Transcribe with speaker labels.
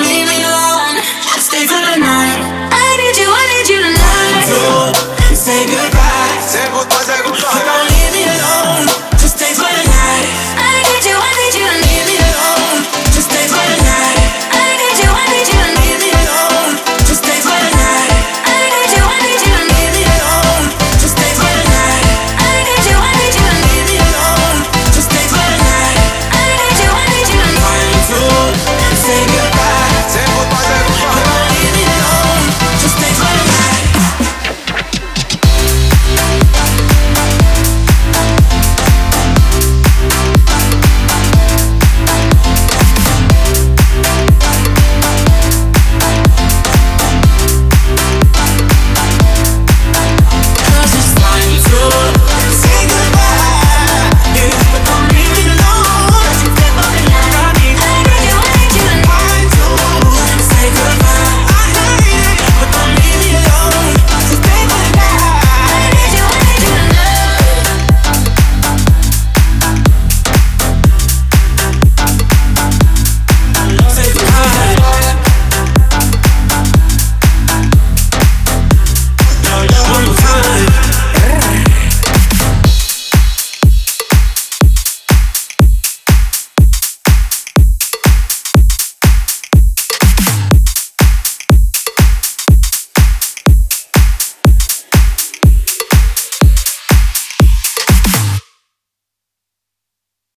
Speaker 1: leaving alone. Stay for the night.